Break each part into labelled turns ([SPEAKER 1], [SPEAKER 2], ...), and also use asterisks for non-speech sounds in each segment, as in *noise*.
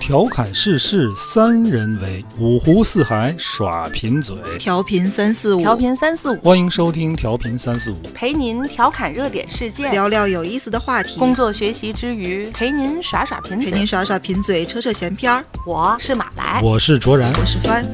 [SPEAKER 1] 调侃世事三人为，五湖四海耍贫嘴。
[SPEAKER 2] 调频三四五，
[SPEAKER 3] 调频三四五，
[SPEAKER 1] 欢迎收听调频三四五，
[SPEAKER 3] 陪您调侃热点事件，
[SPEAKER 2] 聊聊有意思的话题，
[SPEAKER 3] 工作学习之余陪您耍耍贫
[SPEAKER 2] 陪
[SPEAKER 3] 嘴
[SPEAKER 2] 您。耍耍贫嘴，扯扯闲篇儿。
[SPEAKER 3] 我是马来，
[SPEAKER 1] 我是卓
[SPEAKER 3] 嗯
[SPEAKER 1] 然。
[SPEAKER 2] 我是帆，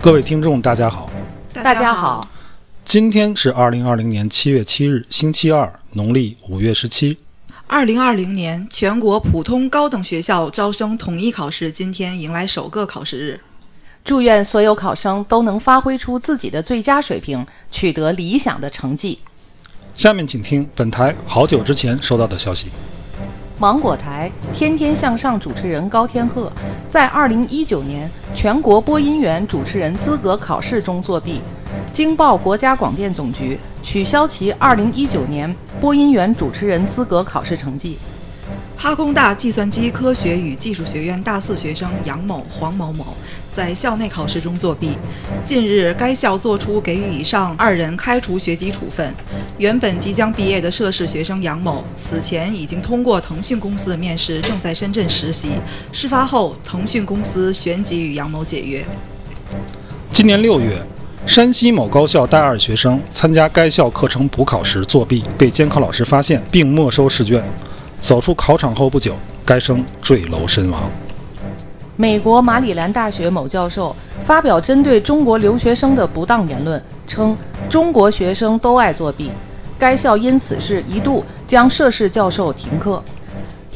[SPEAKER 1] 各位听众，大家好，
[SPEAKER 3] 大家好，，
[SPEAKER 1] 今天是二零二零年七月七日，星期二，农历五月十七。
[SPEAKER 2] 二零二零年全国普通高等学校招生统一考试今天迎来首个考试日。
[SPEAKER 3] 祝愿所有考生都能发挥出自己的最佳水平，取得理想的成绩。
[SPEAKER 1] 下面请听本台好久之前收到的消息。
[SPEAKER 3] 芒果台《天天向上》主持人高天鹤在二零一九年全国播音员主持人资格考试中作弊，经报国家广电总局取消其二零一九年播音员主持人资格考试成绩。
[SPEAKER 2] 哈工大计算机科学与技术学院大四学生杨某、黄某某在校内考试中作弊，近日该校作出给予以上二人开除学籍处分。原本即将毕业的涉事学生杨某，此前已经通过腾讯公司的面试，正在深圳实习。事发后，腾讯公司旋即与杨某解约。
[SPEAKER 1] 今年六月，山西某高校大二学生参加该校课程补考时作弊，被监考老师发现并没收试卷。走出考场后不久，该生坠楼身亡。
[SPEAKER 3] 美国马里兰大学某教授发表针对中国留学生的不当言论，称中国学生都爱作弊。该校因此事一度将涉事教授停课。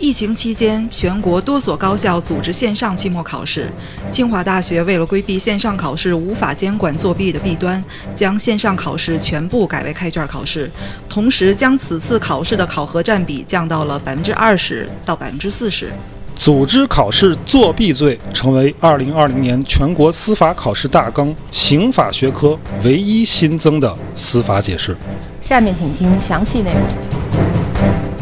[SPEAKER 2] 疫情期间，全国多所高校组织线上期末考试。清华大学为了规避线上考试无法监管作弊的弊端，将线上考试全部改为开卷考试，同时将此次考试的考核占比降到了百分之二十到百分之四十。
[SPEAKER 1] 组织考试作弊罪成为二零二零年全国司法考试大纲刑法学科唯一新增的司法解释。
[SPEAKER 3] 下面请听详细内容。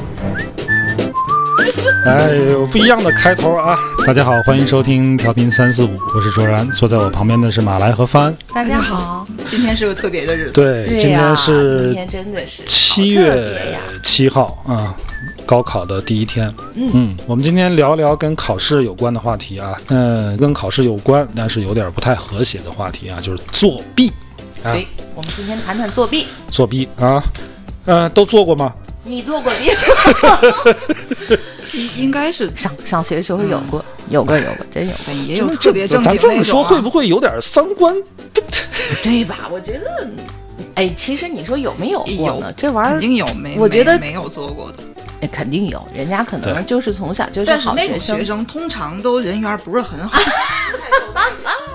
[SPEAKER 1] 哎，有不一样的开头啊！大家好，欢迎收听调频三四五，我是卓然，坐在我旁边的是马来和帆。
[SPEAKER 3] 大
[SPEAKER 2] 家好，今天是个特别的日子，
[SPEAKER 1] 对，
[SPEAKER 3] 哎对
[SPEAKER 1] 今
[SPEAKER 3] 呀、
[SPEAKER 1] 天是
[SPEAKER 3] 今天真的是
[SPEAKER 1] 七
[SPEAKER 3] 好
[SPEAKER 1] 月
[SPEAKER 3] 特别呀
[SPEAKER 1] 七号啊，高考的第一天。嗯我们今天聊聊跟考试有关的话题啊，嗯、跟考试有关，但是有点不太和谐的话题啊，就是作弊啊，
[SPEAKER 3] 对，哎我们今天谈谈作弊。
[SPEAKER 1] 作弊啊，呃，都做过吗？
[SPEAKER 3] 你做过弊？
[SPEAKER 2] 应该是
[SPEAKER 3] *laughs* 上上学的时候有过，有过，有过，真有过。
[SPEAKER 2] 也有特别正经
[SPEAKER 1] 咱这么
[SPEAKER 2] 那
[SPEAKER 1] 说
[SPEAKER 2] 种、
[SPEAKER 1] 会
[SPEAKER 2] 啊。
[SPEAKER 1] 不会有点三观？
[SPEAKER 3] 对吧？我觉得，哎，其实你说有没有过呢？这玩意儿
[SPEAKER 2] 肯定有没？
[SPEAKER 3] 我觉得
[SPEAKER 2] 没没有做过的，
[SPEAKER 3] 哎肯定有，人家可
[SPEAKER 1] 对
[SPEAKER 3] 能就是从小就是
[SPEAKER 2] 但是
[SPEAKER 3] 好
[SPEAKER 2] 那
[SPEAKER 3] 学
[SPEAKER 2] 种
[SPEAKER 3] 生
[SPEAKER 2] 学。生通常都人缘不是很好。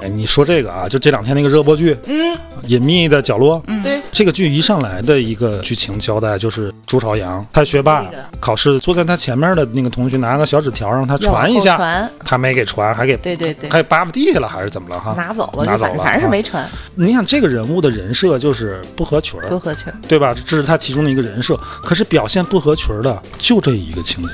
[SPEAKER 1] 哎，你说这个啊，就这两天那个热播剧，嗯，隐秘的角落，嗯，
[SPEAKER 3] 对，
[SPEAKER 1] 这个剧一上来的一个剧情交代就是朱朝阳，他学霸
[SPEAKER 3] 这个，
[SPEAKER 1] 考试坐在他前面的那个同学拿个小纸条让他
[SPEAKER 3] 要往
[SPEAKER 1] 传一
[SPEAKER 3] 后
[SPEAKER 1] 下，
[SPEAKER 3] 传
[SPEAKER 1] 他没给传，还给
[SPEAKER 3] 对对对
[SPEAKER 1] 还扒扒地下了还是怎么了哈？
[SPEAKER 3] 拿走了，
[SPEAKER 1] 啊拿
[SPEAKER 3] 就
[SPEAKER 1] 走
[SPEAKER 3] 反
[SPEAKER 1] 了，
[SPEAKER 3] 正反正是没
[SPEAKER 1] 啊。
[SPEAKER 3] 传，
[SPEAKER 1] 你想这个人物的人设就是不合群儿
[SPEAKER 3] 不，合群。
[SPEAKER 1] 对吧？这是他其中的一个人设，可是表现不合群儿的就这一个情节。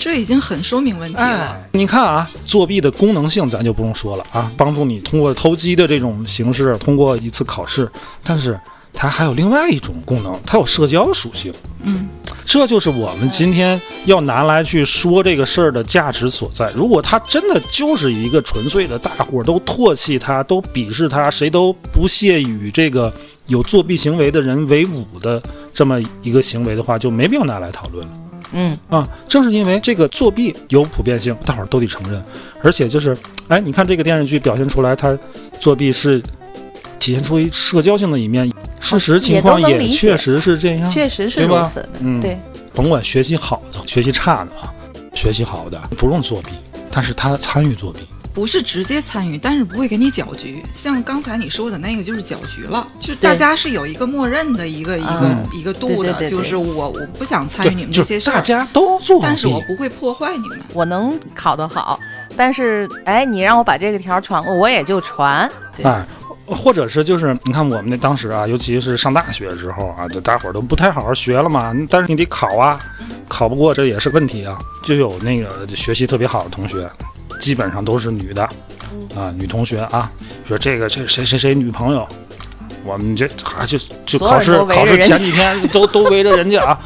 [SPEAKER 2] 这已经很说明问题了。嗯
[SPEAKER 1] 哎，你看啊，作弊的功能性咱就不用说了啊，帮助你通过投机的这种形式，通过一次考试，但是它还有另外一种功能，它有社交属性。
[SPEAKER 2] 嗯，
[SPEAKER 1] 这就是我们今天要拿来去说这个事儿的价值所在。如果它真的就是一个纯粹的大伙儿都唾弃他，都鄙视他，谁都不屑与这个有作弊行为的人为伍的这么一个行为的话，就没必要拿来讨论了。
[SPEAKER 3] 嗯，
[SPEAKER 1] 啊，正是因为这个作弊有普遍性，大伙儿都得承认，而且就是，哎，你看这个电视剧表现出来，他作弊是体现出一社交性的一面，事实情况
[SPEAKER 3] 哦也都能
[SPEAKER 1] 也
[SPEAKER 3] 理解
[SPEAKER 1] 确实是这样，
[SPEAKER 3] 确实是
[SPEAKER 1] 对
[SPEAKER 3] 如
[SPEAKER 1] 吧
[SPEAKER 3] 此的。
[SPEAKER 1] 嗯，
[SPEAKER 3] 对，
[SPEAKER 1] 甭管学习好的、学习差的啊，学习好的不用作弊，但是他参与作弊，
[SPEAKER 2] 不是直接参与，但是不会给你搅局。像刚才你说的那个就是搅局了，就是大家是有一个默认的一个一个、
[SPEAKER 3] 嗯
[SPEAKER 2] 一个度的，
[SPEAKER 3] 对对对对
[SPEAKER 2] 就是我我不想参与你
[SPEAKER 1] 对，
[SPEAKER 2] 们这
[SPEAKER 1] 就
[SPEAKER 2] 些
[SPEAKER 1] 是
[SPEAKER 2] 事
[SPEAKER 1] 大
[SPEAKER 2] 儿，
[SPEAKER 1] 家都作弊，
[SPEAKER 2] 但是我不会破坏你们。
[SPEAKER 3] 我能考得好，但是哎，你让我把这个条传过，我也就传。对
[SPEAKER 1] 哎，或者是就是你看我们那当时啊，尤其是上大学之后啊，就大伙儿都不太好好学了嘛，但是你得考啊，考不过这也是问题啊。就有那个学习特别好的同学，基本上都是女的，
[SPEAKER 3] 嗯
[SPEAKER 1] 啊，女同学啊，说这个这谁谁谁女朋友。我们这啊，就就
[SPEAKER 3] 所有
[SPEAKER 1] 考
[SPEAKER 3] 人
[SPEAKER 1] 试
[SPEAKER 3] 都围着
[SPEAKER 1] 考试
[SPEAKER 3] 人家
[SPEAKER 1] 前几天都都围着人家啊，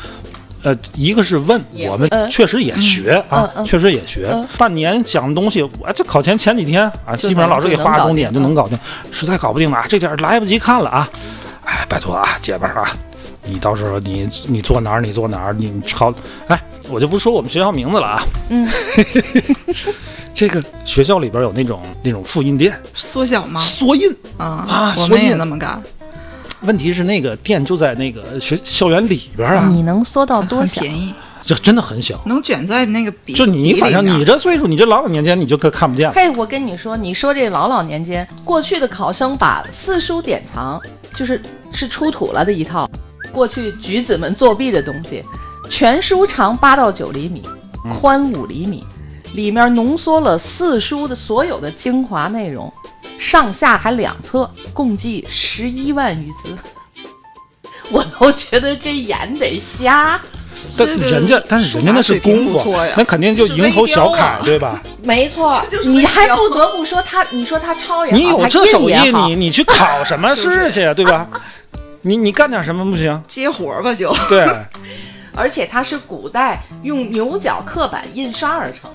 [SPEAKER 1] 呃，一个是问
[SPEAKER 3] 也
[SPEAKER 1] 我们
[SPEAKER 3] 嗯
[SPEAKER 1] 确实也学
[SPEAKER 3] 嗯
[SPEAKER 1] 啊
[SPEAKER 3] 嗯，
[SPEAKER 1] 确实也学
[SPEAKER 3] 嗯，
[SPEAKER 1] 半年讲的东西，我这考前前几天啊，基本上老师给画重点
[SPEAKER 3] 就
[SPEAKER 1] 就
[SPEAKER 3] 能
[SPEAKER 1] 能搞定，实在搞不定了啊，这点儿来不及看了啊，哎，拜托啊，姐们儿啊。你到时候你你坐哪儿？你坐哪儿？你抄哎，我就不说我们学校名字了啊。
[SPEAKER 3] 嗯，
[SPEAKER 1] *laughs* 这个学校里边有那种那种复印店
[SPEAKER 2] 缩小吗？
[SPEAKER 1] 缩印，
[SPEAKER 2] 啊
[SPEAKER 1] 啊
[SPEAKER 2] 我
[SPEAKER 1] 所
[SPEAKER 2] 们
[SPEAKER 1] 以
[SPEAKER 2] 也那么干。
[SPEAKER 1] 问题是那个店就在那个学校园里边啊，
[SPEAKER 3] 你能缩到多
[SPEAKER 2] 很
[SPEAKER 3] 小？
[SPEAKER 2] 便宜，
[SPEAKER 1] 这真的很小。
[SPEAKER 2] 能卷在那个笔。
[SPEAKER 1] 就你，
[SPEAKER 2] 笔
[SPEAKER 1] 反
[SPEAKER 2] 里
[SPEAKER 1] 正
[SPEAKER 2] 面
[SPEAKER 1] 你这岁数，你这老老年间你就可看不见了。
[SPEAKER 3] 嘿，我跟你说，你说这老老年间，过去的考生把四书典藏，就是是出土了的一套，过去举子们作弊的东西，全书长八到九厘米，
[SPEAKER 1] 嗯
[SPEAKER 3] 宽五厘米，里面浓缩了四书的所有的精华内容，上下还两册，共计十一万余字。 *laughs* 我都觉得这眼得瞎。
[SPEAKER 1] 但
[SPEAKER 2] 这个
[SPEAKER 1] 人家，但是人家那是功
[SPEAKER 2] 书法水平不
[SPEAKER 1] 夫啊
[SPEAKER 2] 错呀，
[SPEAKER 1] 那肯定就
[SPEAKER 3] 就是微
[SPEAKER 1] 蝇头小
[SPEAKER 3] 雕啊
[SPEAKER 1] 楷，对吧？
[SPEAKER 3] 没错
[SPEAKER 2] 这就是
[SPEAKER 3] 你
[SPEAKER 2] 微
[SPEAKER 3] 还
[SPEAKER 2] 调
[SPEAKER 3] 不得不说他，你说他抄也
[SPEAKER 1] *laughs*
[SPEAKER 3] 好，
[SPEAKER 1] 你有
[SPEAKER 3] 他
[SPEAKER 1] 这手
[SPEAKER 3] 啊印也
[SPEAKER 1] 艺，
[SPEAKER 3] 好
[SPEAKER 1] 你你去考什
[SPEAKER 3] *laughs*
[SPEAKER 1] 么试去，啊对吧？你你干点什么不行？
[SPEAKER 2] 接活儿吧就。
[SPEAKER 1] 对，
[SPEAKER 3] 而且它是古代用牛角刻板印刷而成。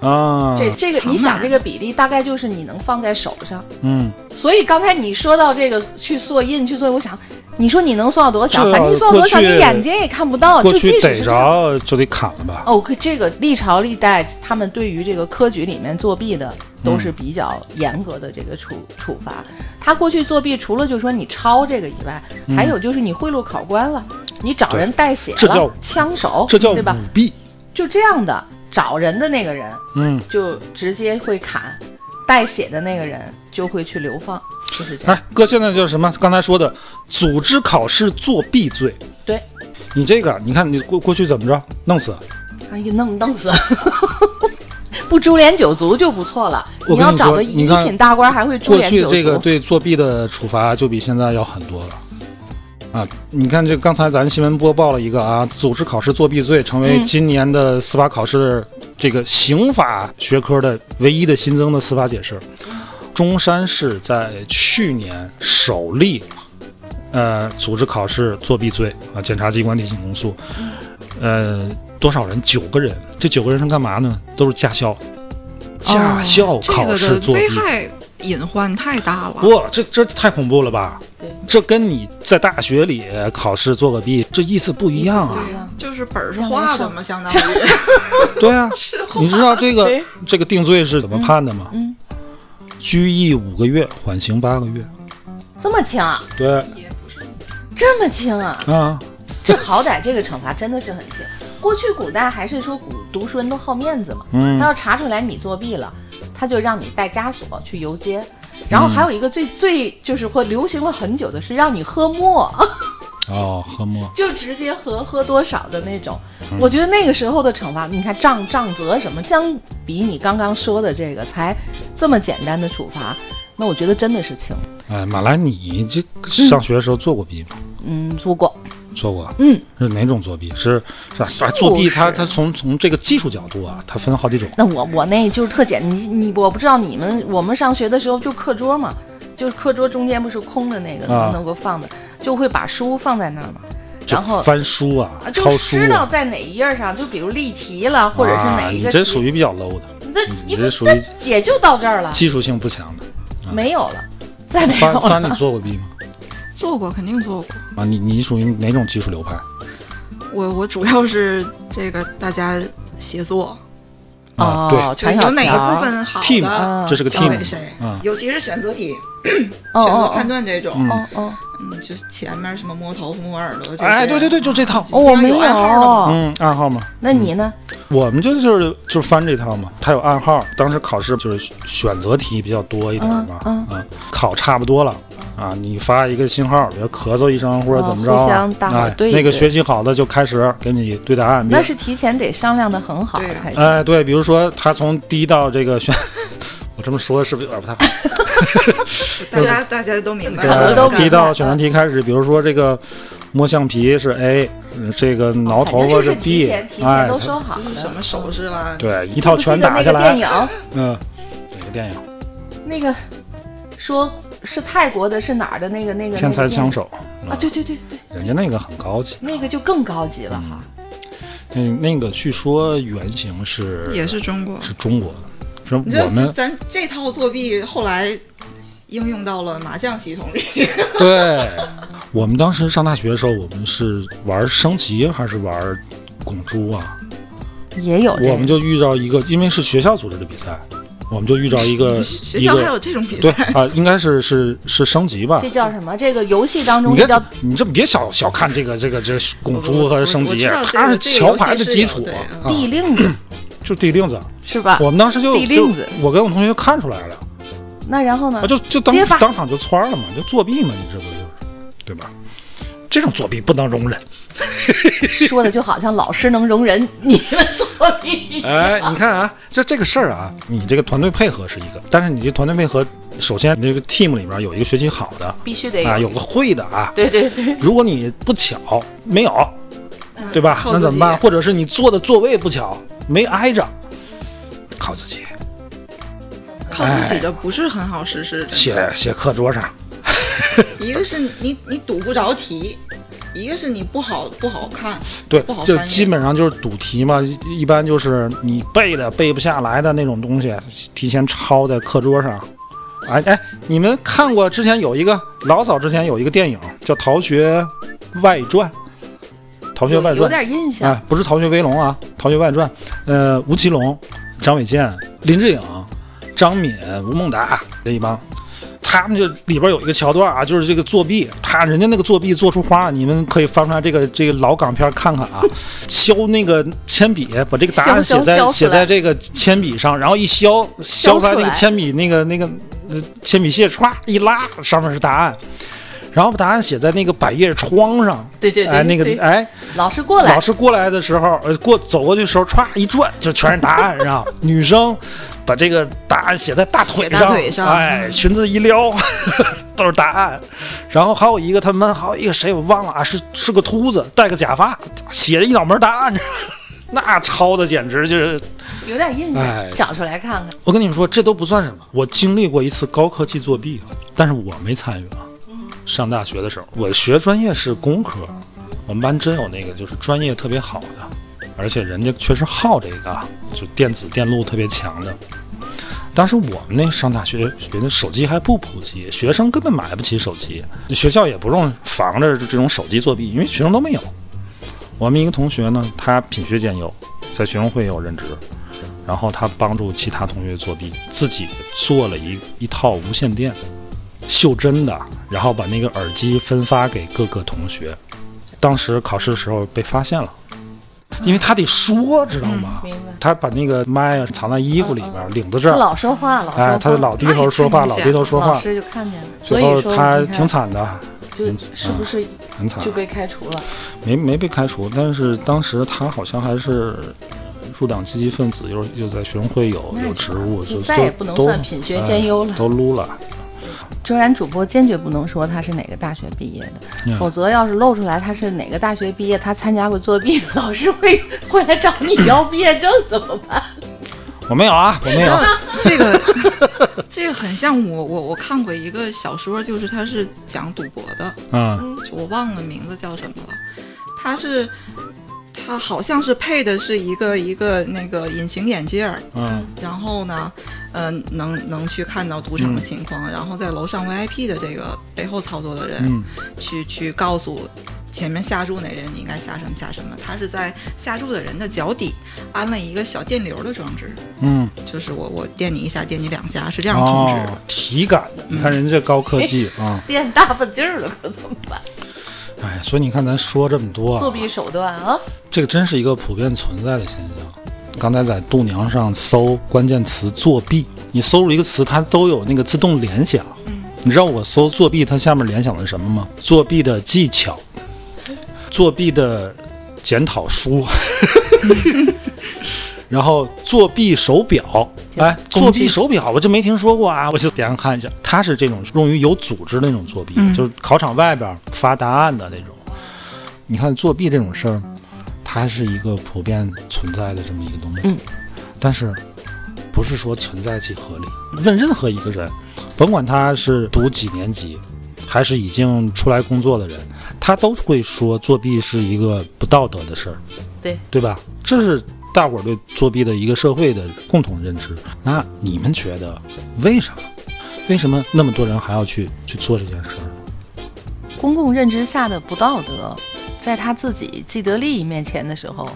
[SPEAKER 1] 啊，
[SPEAKER 3] 这这个，
[SPEAKER 2] 藏
[SPEAKER 3] 你想
[SPEAKER 2] 哪儿
[SPEAKER 3] 这个比例大概就是你能放在手上。
[SPEAKER 1] 嗯，
[SPEAKER 3] 所以刚才你说到这个去塑印去做，我想你说你能塑到多小？
[SPEAKER 1] 这
[SPEAKER 3] 反正你塑到多
[SPEAKER 1] 过
[SPEAKER 3] 小，你
[SPEAKER 1] 去
[SPEAKER 3] 眼睛也看不到。
[SPEAKER 1] 过
[SPEAKER 3] 哦就
[SPEAKER 1] 去
[SPEAKER 3] 即使
[SPEAKER 1] 逮
[SPEAKER 3] 是这样。
[SPEAKER 1] 着就得砍了吧？
[SPEAKER 3] 哦，可这个历朝历代，他们对于这个科举里面作弊的都是比较严格的这个处处罚。他过去作弊，除了就说你抄这个以外，
[SPEAKER 1] 嗯
[SPEAKER 3] 还有就是你贿赂考官了，你找人代写
[SPEAKER 1] 这叫
[SPEAKER 3] 了，枪手，
[SPEAKER 1] 这叫
[SPEAKER 3] 哦对
[SPEAKER 1] 舞
[SPEAKER 3] 吧？
[SPEAKER 1] 弊。
[SPEAKER 3] 就这样的找人的那个人
[SPEAKER 1] 嗯，
[SPEAKER 3] 就直接会砍，代写的那个人就会去流放，就是这样。
[SPEAKER 1] 哎，哥，现在叫什么？刚才说的组织考试作弊罪，
[SPEAKER 3] 对，
[SPEAKER 1] 你这个，你看你过过去怎么着，弄死？
[SPEAKER 3] 哎呀，弄弄死。 *laughs* 不株连九族就不错了，
[SPEAKER 1] 我跟
[SPEAKER 3] 要
[SPEAKER 1] 你
[SPEAKER 3] 找
[SPEAKER 1] 说
[SPEAKER 3] 个
[SPEAKER 1] 你
[SPEAKER 3] 一
[SPEAKER 1] 看
[SPEAKER 3] 品大官，还会株
[SPEAKER 1] 过
[SPEAKER 3] 连
[SPEAKER 1] 去
[SPEAKER 3] 九族。
[SPEAKER 1] 这个对作弊的处罚就比现在要很多了。啊，你看这刚才咱新闻播报了一个啊，组织考试作弊罪成为
[SPEAKER 3] 嗯
[SPEAKER 1] 今年的司法考试这个刑法学科的唯一的新增的司法解释。中山市在去年首例，呃，组织考试作弊罪啊，检察机关提起公诉，呃，多少人？九个人。这九个人是干嘛呢？都是驾校，驾校
[SPEAKER 2] 哦这
[SPEAKER 1] 考
[SPEAKER 2] 个
[SPEAKER 1] 试
[SPEAKER 2] 的
[SPEAKER 1] 作弊。
[SPEAKER 2] 危害隐患太大了。
[SPEAKER 1] 哇，这这太恐怖了吧
[SPEAKER 3] 对！
[SPEAKER 1] 这跟你在大学里考试做个弊，这意思不一样
[SPEAKER 3] *laughs*
[SPEAKER 1] 啊。
[SPEAKER 3] 对呀
[SPEAKER 2] 就是本儿是
[SPEAKER 3] 像
[SPEAKER 2] 画的
[SPEAKER 3] 人生
[SPEAKER 2] 嘛，相当于
[SPEAKER 1] 对啊，你知道这个
[SPEAKER 3] 对
[SPEAKER 1] 这个定罪是怎么判的吗？
[SPEAKER 3] 嗯
[SPEAKER 1] 拘役五个月，缓刑八个月。
[SPEAKER 3] 这么轻啊，
[SPEAKER 1] 对
[SPEAKER 2] 也不是
[SPEAKER 3] 这么轻啊，
[SPEAKER 1] 啊，
[SPEAKER 3] 这好歹这个惩罚真的是很轻。过去古代还是说古读书人都好面子嘛，
[SPEAKER 1] 嗯
[SPEAKER 3] 他要查出来你作弊了，他就让你带枷锁去游街。然后还有一个最最就是或流行了很久的是让你喝墨，
[SPEAKER 1] 哦，喝墨，
[SPEAKER 3] 就直接喝喝多少的那种。我觉得那个时候的惩罚，你看杖杖责什么，相比你刚刚说的这个才这么简单的处罚，那我觉得真的是轻。
[SPEAKER 1] 哎，马来，你这上学的时候做过弊吗？
[SPEAKER 3] 嗯，做过，
[SPEAKER 1] 做过。
[SPEAKER 3] 嗯，
[SPEAKER 1] 是哪种作弊？是是啊啊作弊它，它从从这个技术角度啊，它分好几种。
[SPEAKER 3] 那我我那就是特简，你你我不知道你们我们上学的时候就课桌嘛，就是课桌中间不是空的那个
[SPEAKER 1] 啊
[SPEAKER 3] 能够放的，就会把书放在那儿嘛，
[SPEAKER 1] 就
[SPEAKER 3] 然后
[SPEAKER 1] 翻书啊
[SPEAKER 3] 啊，就
[SPEAKER 1] 抄书
[SPEAKER 3] 知道
[SPEAKER 1] 啊，
[SPEAKER 3] 在哪一页上，就比如例题了，或者是啊哪
[SPEAKER 1] 啊
[SPEAKER 3] 一
[SPEAKER 1] 你
[SPEAKER 3] 个题，
[SPEAKER 1] 这属于比较 low 的，
[SPEAKER 3] 那
[SPEAKER 1] 你
[SPEAKER 3] 因
[SPEAKER 1] 这
[SPEAKER 3] 为
[SPEAKER 1] 属于
[SPEAKER 3] 那也就到这儿了，
[SPEAKER 1] 技术性不强的。
[SPEAKER 3] 没有了，再没有
[SPEAKER 1] 翻翻，
[SPEAKER 3] 了。
[SPEAKER 1] 你做过弊吗？
[SPEAKER 2] 做过，肯定做过。
[SPEAKER 1] 啊，你你属于哪种技术流派？
[SPEAKER 2] 我我主要是这个大家协作，
[SPEAKER 1] 啊，对，
[SPEAKER 3] 哦，
[SPEAKER 2] 就
[SPEAKER 3] 传小
[SPEAKER 2] 有哪
[SPEAKER 3] 条
[SPEAKER 2] 个部分好
[SPEAKER 1] Team，
[SPEAKER 2] 的
[SPEAKER 3] 啊
[SPEAKER 1] 这是个
[SPEAKER 2] 交给
[SPEAKER 1] team，
[SPEAKER 2] 谁
[SPEAKER 1] 嗯，
[SPEAKER 2] 尤其是选择题、
[SPEAKER 3] 哦
[SPEAKER 2] 选择判
[SPEAKER 3] 哦
[SPEAKER 2] 断这种，
[SPEAKER 1] 嗯
[SPEAKER 3] 哦哦
[SPEAKER 2] 嗯，就是前面什么摸头摸耳朵这些。
[SPEAKER 1] 哎，对对对，就这套。
[SPEAKER 3] 哦，我没
[SPEAKER 2] 有暗号的
[SPEAKER 3] 有。
[SPEAKER 1] 嗯，暗号嘛，
[SPEAKER 3] 那你呢？
[SPEAKER 1] 我们就就是就是翻这套嘛，它有暗号。当时考试就是选择题比较多一点嘛，
[SPEAKER 3] 嗯
[SPEAKER 1] 啊，考差不多了啊，你发一个信号，比如咳嗽一声或者怎么着
[SPEAKER 3] 哦互
[SPEAKER 1] 啊
[SPEAKER 3] 相，大伙
[SPEAKER 1] 哎，
[SPEAKER 3] 对一对
[SPEAKER 1] 那个学习好的就开始给你对答案。比如
[SPEAKER 3] 那是提前得商量的很好
[SPEAKER 2] 对啊
[SPEAKER 1] 呃
[SPEAKER 3] 才行。
[SPEAKER 1] 哎，对，比如说他从第一道这个选，我 *laughs* 这么说是不是有点不太好？
[SPEAKER 2] 大家大家都明白
[SPEAKER 1] 对
[SPEAKER 3] 考
[SPEAKER 2] 了
[SPEAKER 3] 的都
[SPEAKER 2] 这
[SPEAKER 3] 明
[SPEAKER 1] 提
[SPEAKER 2] 个
[SPEAKER 3] 白
[SPEAKER 1] 到选择题开始，比如说这个摸橡皮是 A，嗯这个挠头发
[SPEAKER 3] 反正就是提
[SPEAKER 1] B，
[SPEAKER 3] 前提前
[SPEAKER 1] 哎
[SPEAKER 3] 都，收好
[SPEAKER 2] 就是什
[SPEAKER 3] 了。
[SPEAKER 2] 么手势啦，
[SPEAKER 1] 对，一
[SPEAKER 3] 一
[SPEAKER 1] 套全打下
[SPEAKER 3] 电
[SPEAKER 1] 来，
[SPEAKER 3] 影
[SPEAKER 1] 嗯，哪个电影？
[SPEAKER 3] 那个说是泰国的，是哪儿的那个那个
[SPEAKER 1] 天才枪手，
[SPEAKER 3] 啊？对对对对，
[SPEAKER 1] 人家那个很高级，
[SPEAKER 3] 那个就更高级了哈。
[SPEAKER 1] 那那个据说原型是
[SPEAKER 2] 也是中国。
[SPEAKER 1] 是中国的，是
[SPEAKER 2] 你知道
[SPEAKER 1] 我
[SPEAKER 2] 这
[SPEAKER 1] 们
[SPEAKER 2] 咱这套作弊后来应用到了麻将系统里，
[SPEAKER 1] 对，我们当时上大学的时候，我们是玩升旗还是玩拱珠啊？
[SPEAKER 2] 嗯
[SPEAKER 3] 也有
[SPEAKER 1] 我们就遇到一个，因为是学校组织的比赛，我们就遇到一个 *laughs*
[SPEAKER 2] 学
[SPEAKER 1] 一
[SPEAKER 2] 校还
[SPEAKER 1] 个
[SPEAKER 2] 有这种比
[SPEAKER 1] *laughs* 对
[SPEAKER 2] 赛。
[SPEAKER 1] 啊、应该是是是升级吧
[SPEAKER 3] 这。叫什么？这个游戏当中
[SPEAKER 1] 你啊
[SPEAKER 3] 就
[SPEAKER 1] 看
[SPEAKER 3] 叫，
[SPEAKER 1] 你这别小小看这个这个这个拱
[SPEAKER 2] 我
[SPEAKER 1] 珠
[SPEAKER 2] 我
[SPEAKER 1] 和
[SPEAKER 2] 我
[SPEAKER 1] 升
[SPEAKER 2] 我
[SPEAKER 1] 级，啊
[SPEAKER 2] 知道这
[SPEAKER 1] 它
[SPEAKER 2] 个
[SPEAKER 1] 是
[SPEAKER 2] 这个
[SPEAKER 1] 桥
[SPEAKER 2] 游戏
[SPEAKER 1] 牌的
[SPEAKER 2] 是
[SPEAKER 1] 基
[SPEAKER 2] 有
[SPEAKER 1] 础
[SPEAKER 2] 对
[SPEAKER 1] 啊，
[SPEAKER 3] 地令子
[SPEAKER 1] 就地令子。
[SPEAKER 3] 是吧？
[SPEAKER 1] 我们当时就
[SPEAKER 3] 啊地
[SPEAKER 1] 就
[SPEAKER 3] 令子
[SPEAKER 1] 我跟我同学就看出来了，
[SPEAKER 3] 那然后呢
[SPEAKER 1] 啊，？就就当
[SPEAKER 3] 结巴
[SPEAKER 1] 当场就窜儿了嘛，就作弊嘛，你这不就是，对吧？这种作弊不能容
[SPEAKER 2] *laughs*
[SPEAKER 1] 忍。
[SPEAKER 3] 说的就好像老师能容忍你们作弊。
[SPEAKER 1] 哎，你看啊，这这个事儿啊，你这个团队配合是一个，但是你这团队配合，首先你这个 team 里边有一个学习好的
[SPEAKER 3] 必须得有
[SPEAKER 1] 啊，有个会的啊。
[SPEAKER 3] 对对对，
[SPEAKER 1] 如果你不巧没有，对吧？
[SPEAKER 2] 靠
[SPEAKER 1] 那
[SPEAKER 2] 嗯自己啊
[SPEAKER 1] 怎么办？或者是你坐的座位不巧没挨着，靠自己
[SPEAKER 2] 靠自己的不是很好实施。真的
[SPEAKER 1] 写写课桌上。
[SPEAKER 2] 一个是你你赌不着题，一个是你不好不好看，
[SPEAKER 1] 对
[SPEAKER 2] 不好，
[SPEAKER 1] 就
[SPEAKER 2] 翻译
[SPEAKER 1] 基本上就是赌题嘛，一一般就是你背的背不下来的那种东西，提前抄在课桌上。哎哎，你们看过之前有一个老早之前有一个电影叫《逃学外传》，《逃学
[SPEAKER 3] 有
[SPEAKER 1] 外
[SPEAKER 3] 有
[SPEAKER 1] 传》
[SPEAKER 3] 点印象。
[SPEAKER 1] 哎，不是《逃学威龙》啊，《逃学外传》呃，吴奇隆、张伟健、林志颖、张敏、吴孟达这一帮。他们就里边有一个桥段啊，就是这个作弊，他人家那个作弊做出花了，你们可以翻出来这个这个老港片看看啊，削那个铅笔，把这个答案
[SPEAKER 3] 削
[SPEAKER 1] 写
[SPEAKER 3] 削
[SPEAKER 1] 在
[SPEAKER 3] 削出
[SPEAKER 1] 写在
[SPEAKER 3] 来
[SPEAKER 1] 这个铅笔上，然后一削削出来那
[SPEAKER 3] 出
[SPEAKER 1] 个
[SPEAKER 3] 来
[SPEAKER 1] 铅笔那个那个呃铅笔屑歘一拉，上面是答案，然后把答案写在那个百叶窗上，
[SPEAKER 3] 对对对
[SPEAKER 1] 哎那个
[SPEAKER 3] 对
[SPEAKER 1] 哎
[SPEAKER 3] 老师过来
[SPEAKER 1] 老，师过来的时候，呃，过走过去的时候，歘一转，就全是答案，然
[SPEAKER 2] *laughs*
[SPEAKER 1] 后女生把这个答案写在大腿上，
[SPEAKER 2] 写大腿上嗯
[SPEAKER 1] 哎，裙子一撩， *laughs* 都是答案。然后还有一个他们班还有一个谁我忘了啊，是是个秃子，戴个假发，写了一脑门答案， *laughs* 那抄的简直就是。
[SPEAKER 3] 有点印
[SPEAKER 1] 哎
[SPEAKER 3] 象，找出来看看。
[SPEAKER 1] 我跟你们说，这都不算什么，我经历过一次高科技作弊，但是我没参与啊。上大学的时候，我学专业是工科，我们班真有那个就是专业特别好的，而且人家确实好这个，啊，就电子电路特别强的。当时我们那上大学，学的手机还不普及，学生根本买不起手机，学校也不用防着这种手机作弊，因为学生都没有。我们一个同学呢，他品学兼优，在学生会也有任职，然后他帮助其他同学作弊，自己做了一一套无线电，袖珍的，然后把那个耳机分发给各个同学。当时考试的时候被发现了，因为他得说，知道吗？
[SPEAKER 3] 明白
[SPEAKER 1] 他把那个麦啊藏在衣服里边，领子这
[SPEAKER 3] 他
[SPEAKER 1] 儿，
[SPEAKER 3] 老说话，老说
[SPEAKER 1] 哎
[SPEAKER 3] 话，，
[SPEAKER 1] 他就老低头说话，
[SPEAKER 2] 哎
[SPEAKER 1] 老
[SPEAKER 2] 看一下
[SPEAKER 1] 低头说话
[SPEAKER 3] 老，师就看见了。所
[SPEAKER 1] 最
[SPEAKER 3] 以
[SPEAKER 1] 后
[SPEAKER 3] 说
[SPEAKER 1] 他
[SPEAKER 3] 你看
[SPEAKER 1] 挺惨的，嗯
[SPEAKER 3] 就是不是
[SPEAKER 1] 很惨
[SPEAKER 3] 就，被开除了？
[SPEAKER 1] 没没被开除，但是当时他好像还是入党积极分子，又又在学生会有
[SPEAKER 3] 那
[SPEAKER 1] 有职务，
[SPEAKER 3] 就
[SPEAKER 1] 就
[SPEAKER 3] 再
[SPEAKER 1] 都
[SPEAKER 3] 也不能
[SPEAKER 1] 都
[SPEAKER 3] 算品学兼优了
[SPEAKER 1] 哎都撸了。
[SPEAKER 3] 周然主播坚决不能说他是哪个大学毕业的，
[SPEAKER 1] 嗯
[SPEAKER 3] 否则要是露出来他是哪个大学毕业，他参加过作弊，老师会会来找你要毕业证怎么办？ *laughs*
[SPEAKER 1] 我没有啊，我没有。
[SPEAKER 2] 这个这个很像我我我看过一个小说，就是它是讲赌博的，
[SPEAKER 1] 嗯，
[SPEAKER 2] 就我忘了名字叫什么了，它是。它好像是配的是一个一个那个隐形眼镜儿，
[SPEAKER 1] 嗯
[SPEAKER 2] 然后呢，呃，能能去看到赌场的情况，然后在楼上 VIP 的这个背后操作的人，
[SPEAKER 1] 嗯
[SPEAKER 2] 去去告诉前面下注那人你应该下什么下什么。他是在下注的人的脚底安了一个小电流的装置，
[SPEAKER 1] 嗯，
[SPEAKER 2] 就是我我电你一下，电你两下，是这样通知
[SPEAKER 1] 哦
[SPEAKER 2] 的。，
[SPEAKER 1] 体感的，你看人家高科技
[SPEAKER 3] 哎
[SPEAKER 1] 啊，
[SPEAKER 3] 练大发劲儿了可怎么办？
[SPEAKER 1] 哎，所以你看咱说这么多啊，
[SPEAKER 3] 作弊手段啊，
[SPEAKER 1] 这个真是一个普遍存在的现象。刚才在度娘上搜关键词“作弊”，你搜入一个词，它都有那个自动联想。你知道我搜“作弊”，它下面联想的是什么吗？作弊的技巧，作弊的检讨书，然后作弊手表，哎，作弊手表我就没听说过啊，我就点开看一下，它是这种用于有组织的那种作弊，
[SPEAKER 2] 嗯
[SPEAKER 1] 就是考场外边发答案的那种。你看作弊这种事儿，它是一个普遍存在的这么一个东西，
[SPEAKER 3] 嗯
[SPEAKER 1] 但是不是说存在即合理？问任何一个人，甭管他是读几年级，还是已经出来工作的人，他都会说作弊是一个不道德的事儿，
[SPEAKER 3] 对
[SPEAKER 1] 对吧？这是大伙儿对作弊的一个社会的共同认知。那你们觉得为什么？为什么那么多人还要去去做这件事儿？
[SPEAKER 3] 公共认知下的不道德，在他自己既得利益面前的时候，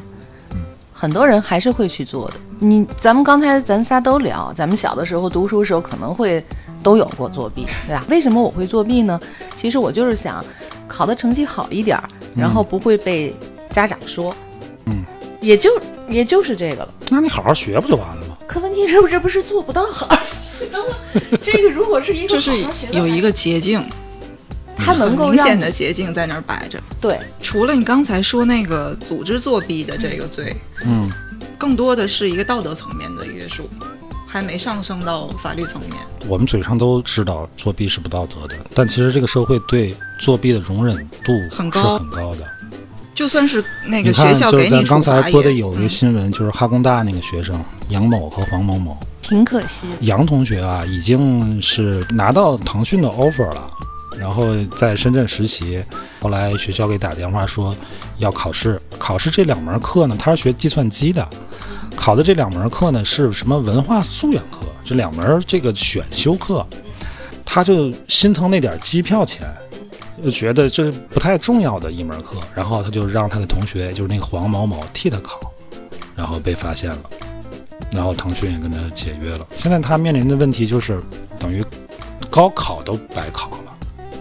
[SPEAKER 3] 很多人还是会去做的。你咱们刚才咱仨都聊，咱们小的时候读书的时候可能会都有过作弊，对吧？为什么我会作弊呢？其实我就是想考的成绩好一点儿，然后不会被家长说。
[SPEAKER 1] 嗯，
[SPEAKER 3] 也就也就是这个了。
[SPEAKER 1] 那你好好学不就完了吗？
[SPEAKER 3] 可问题是不是不是做不到好？是的这个如果是一个
[SPEAKER 2] 就
[SPEAKER 3] 好
[SPEAKER 2] 是
[SPEAKER 3] 好学的
[SPEAKER 2] 有一
[SPEAKER 3] 孩
[SPEAKER 2] 个捷径，
[SPEAKER 3] 子，他能
[SPEAKER 2] 很
[SPEAKER 3] 够
[SPEAKER 2] 明
[SPEAKER 3] 让
[SPEAKER 2] 显
[SPEAKER 3] 你
[SPEAKER 2] 的捷径在那儿摆着。
[SPEAKER 3] 对
[SPEAKER 2] 除了你刚才说那个组织作弊的这个罪，
[SPEAKER 1] 嗯，
[SPEAKER 2] 更多的是一个道德层面的约束，还没上升到法律层面。
[SPEAKER 1] 我们嘴上都知道作弊是不道德的，但其实这个社会对作弊的容忍度
[SPEAKER 2] 很
[SPEAKER 1] 是
[SPEAKER 2] 高
[SPEAKER 1] 很高的。
[SPEAKER 2] 就算是那个
[SPEAKER 1] 你
[SPEAKER 2] 学
[SPEAKER 1] 看，
[SPEAKER 2] 校
[SPEAKER 1] 就是
[SPEAKER 2] 给
[SPEAKER 1] 咱
[SPEAKER 2] 你
[SPEAKER 1] 刚
[SPEAKER 2] 处罚
[SPEAKER 1] 才
[SPEAKER 2] 也，
[SPEAKER 1] 播的有一个
[SPEAKER 2] 嗯
[SPEAKER 1] 新闻，就是哈工大那个学生杨某和黄某某，
[SPEAKER 3] 挺可惜的。
[SPEAKER 1] 杨同学啊，已经是拿到腾讯的 offer 了，然后在深圳实习。后来学校给打电话说要考试，考试这两门课呢，他是学计算机的，考的这两门课呢是什么文化素养课，这两门这个选修课，他就心疼那点机票钱。就觉得这是不太重要的一门课，然后他就让他的同学，就是那个黄某某替他考，然后被发现了。然后腾讯也跟他解约了。现在他面临的问题就是，等于高考都白考了，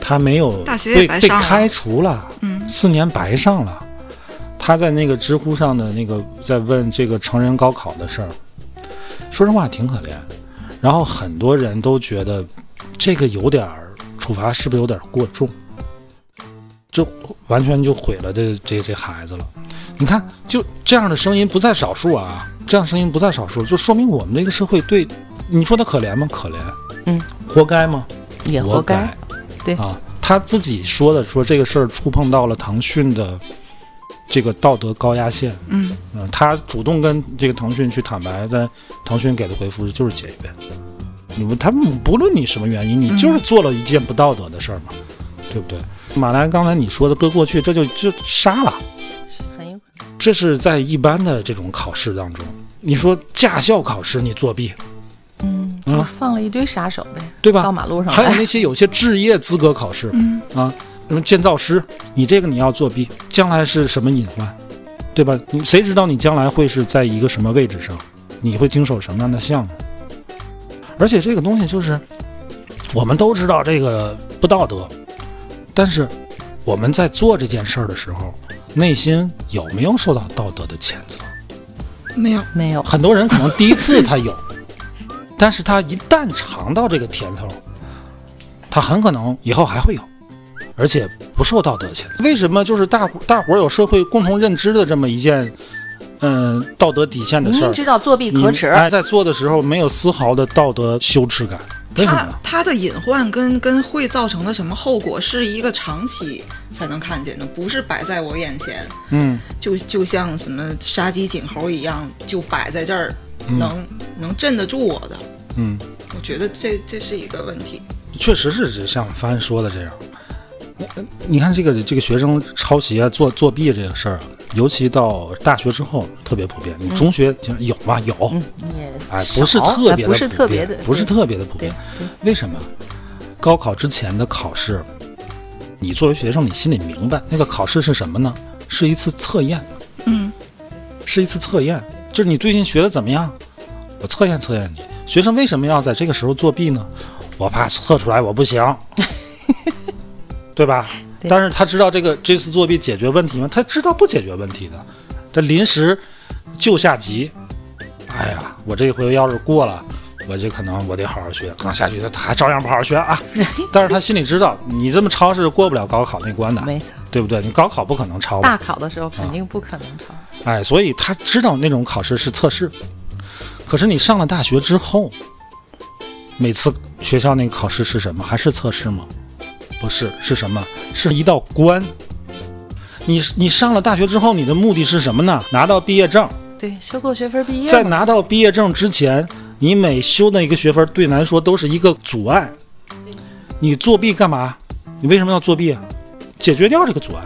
[SPEAKER 1] 他没有
[SPEAKER 2] 大学也
[SPEAKER 1] 被
[SPEAKER 2] 白
[SPEAKER 1] 被
[SPEAKER 2] 上了
[SPEAKER 1] 开除了，
[SPEAKER 2] 嗯
[SPEAKER 1] 四年白上了。他在那个知乎上的那个在问这个成人高考的事儿，说实话挺可怜。然后很多人都觉得这个有点儿处罚是不是有点儿过重？这完全就毁了这这这孩子了。你看，就这样的声音不在少数啊，这样声音不在少数，就说明我们这个社会对你说他可怜吗？可怜，
[SPEAKER 3] 嗯，
[SPEAKER 1] 活该吗？
[SPEAKER 3] 也
[SPEAKER 1] 活
[SPEAKER 3] 活该。对
[SPEAKER 1] 啊，他自己说的，说这个事儿触碰到了腾讯的这个道德高压线，
[SPEAKER 2] 嗯，
[SPEAKER 1] 嗯，他主动跟这个腾讯去坦白，但腾讯给的回复就是解约。你们他们不论你什么原因，
[SPEAKER 3] 嗯
[SPEAKER 1] 你就是做了一件不道德的事儿嘛，对不对？马兰，刚才你说的搁过去，这就就杀了，
[SPEAKER 3] 很有可
[SPEAKER 1] 这是在一般的这种考试当中，你说驾校考试你作弊，
[SPEAKER 3] 能，
[SPEAKER 1] 嗯
[SPEAKER 3] 就放了一堆杀手呗，
[SPEAKER 1] 对吧？
[SPEAKER 3] 到马路上
[SPEAKER 1] 还有
[SPEAKER 3] 来，
[SPEAKER 1] 那些有些置业资格考试，
[SPEAKER 2] 嗯
[SPEAKER 1] 啊，什么建造师，你这个你要作弊，将来是什么隐患，对吧？你谁知道你将来会是在一个什么位置上，你会经手什么样的项目？而且这个东西就是，我们都知道这个不道德，但是我们在做这件事儿的时候，内心有没有受到道德的谴责？
[SPEAKER 2] 没有，
[SPEAKER 3] 没有，
[SPEAKER 1] 很多人可能第一次他有， *laughs* 但是他一旦尝到这个甜头，他很可能以后还会有，而且不受道德谴责。为什么就是大伙大伙儿有社会共同认知的这么一件，嗯、道德底线的
[SPEAKER 3] 明
[SPEAKER 1] 事
[SPEAKER 3] 明
[SPEAKER 1] 儿，
[SPEAKER 3] 知道作弊
[SPEAKER 1] 你
[SPEAKER 3] 嗯可耻，
[SPEAKER 1] 哎，在做的时候没有丝毫的道德羞耻感，为什么
[SPEAKER 2] 它
[SPEAKER 1] 呢？
[SPEAKER 2] 它的隐患跟跟会造成的什么后果，是一个长期才能看见的，不是摆在我眼前，
[SPEAKER 1] 嗯，
[SPEAKER 2] 就就像什么杀鸡儆猴一样，就摆在这儿，能能镇得住我的。
[SPEAKER 1] 嗯，
[SPEAKER 2] 我觉得这这是一个问题。
[SPEAKER 1] 确实是只像凡说的这样。呃你看这个这个学生抄袭啊、作作弊这个事儿啊，尤其到大学之后特别普遍。你中学其实有吗？有，
[SPEAKER 3] 嗯，也
[SPEAKER 1] 哎，不是
[SPEAKER 3] 少
[SPEAKER 1] 特别的，
[SPEAKER 3] 哎不是特别的，
[SPEAKER 1] 不是
[SPEAKER 3] 对
[SPEAKER 1] 特别的普遍。为什么？高考之前的考试，你作为学生，你心里明白那个考试是什么呢？是一次测验，
[SPEAKER 2] 嗯，
[SPEAKER 1] 是一次测验，就是你最近学的怎么样？我测验测验你。学生为什么要在这个时候作弊呢？我怕测出来我不
[SPEAKER 3] *laughs*
[SPEAKER 1] 行，对吧？
[SPEAKER 3] 对
[SPEAKER 1] 但是他知道这个这次作弊解决问题吗？他知道不解决问题的，这临时救下急。哎呀，我这回要是过了，我就可能我得好好学。刚下学他还照样不好好学
[SPEAKER 3] *laughs*
[SPEAKER 1] 啊，但是他心里知道，你这么抄是过不了高考那关的，
[SPEAKER 3] 没错，
[SPEAKER 1] 对不对？你高考不可能抄吧？
[SPEAKER 3] 大考的时候肯定不可能抄，
[SPEAKER 1] 哎，所以他知道那种考试是测试。可是你上了大学之后，每次学校那个考试是什么？还是测试吗？不是，是什么？是一道关。你你上了大学之后，你的目的是什么呢？拿到毕业证，
[SPEAKER 3] 对，修够学分毕业
[SPEAKER 1] 在
[SPEAKER 3] 嘛
[SPEAKER 1] 拿到毕业证之前，你每修的一个学分，对你来说都是一个阻碍。你作弊干嘛？你为什么要作弊啊？解决掉这个阻碍，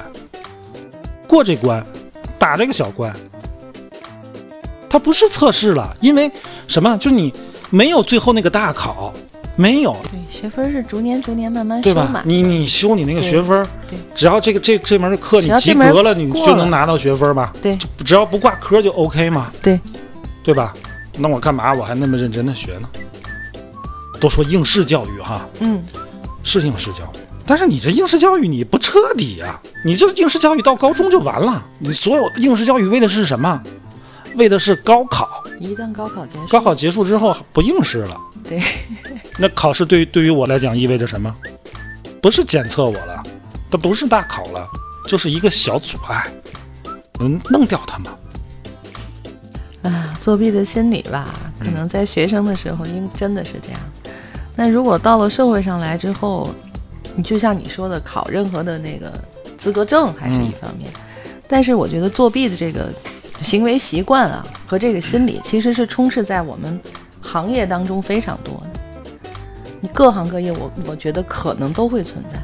[SPEAKER 1] 过这关，打这个小关。它不是测试了，因为什么？就是你没有最后那个大考，没有，
[SPEAKER 3] 对，学分是逐年逐年慢慢
[SPEAKER 1] 对
[SPEAKER 3] 修
[SPEAKER 1] 吧
[SPEAKER 3] 满？。
[SPEAKER 1] 你你修你那个学分儿
[SPEAKER 3] 对对，
[SPEAKER 1] 只要这个这这门课你
[SPEAKER 3] 只要这
[SPEAKER 1] 及
[SPEAKER 3] 门
[SPEAKER 1] 格了，你
[SPEAKER 3] 过
[SPEAKER 1] 就
[SPEAKER 3] 了
[SPEAKER 1] 能拿到学分吧？
[SPEAKER 3] 对
[SPEAKER 1] 就，只要不挂科就 OK 嘛？
[SPEAKER 3] 对，
[SPEAKER 1] 对吧？那我干嘛我还那么认真的学呢？都说应试教育哈，
[SPEAKER 3] 嗯，
[SPEAKER 1] 是应试教育，但是你这应试教育你不彻底呀、你这应试教育到高中就完了，你所有应试教育为的是什么？为的是高考，
[SPEAKER 3] 一旦高考结束，
[SPEAKER 1] 高考结束之后不应试了。
[SPEAKER 3] 对，
[SPEAKER 1] 那考试对于对于我来讲意味着什么？不是检测我了，它不是大考了，就是一个小阻碍，嗯，弄掉它嘛。
[SPEAKER 3] 啊，作弊的心理吧，可能在学生的时候应真的是这样。那如果到了社会上来之后，你就像你说的，考任何的那个资格证还是一方面，但是我觉得作弊的这个行为习惯啊和这个心理，其实是充斥在我们行业当中非常多的。你各行各业我，我觉得可能都会存在。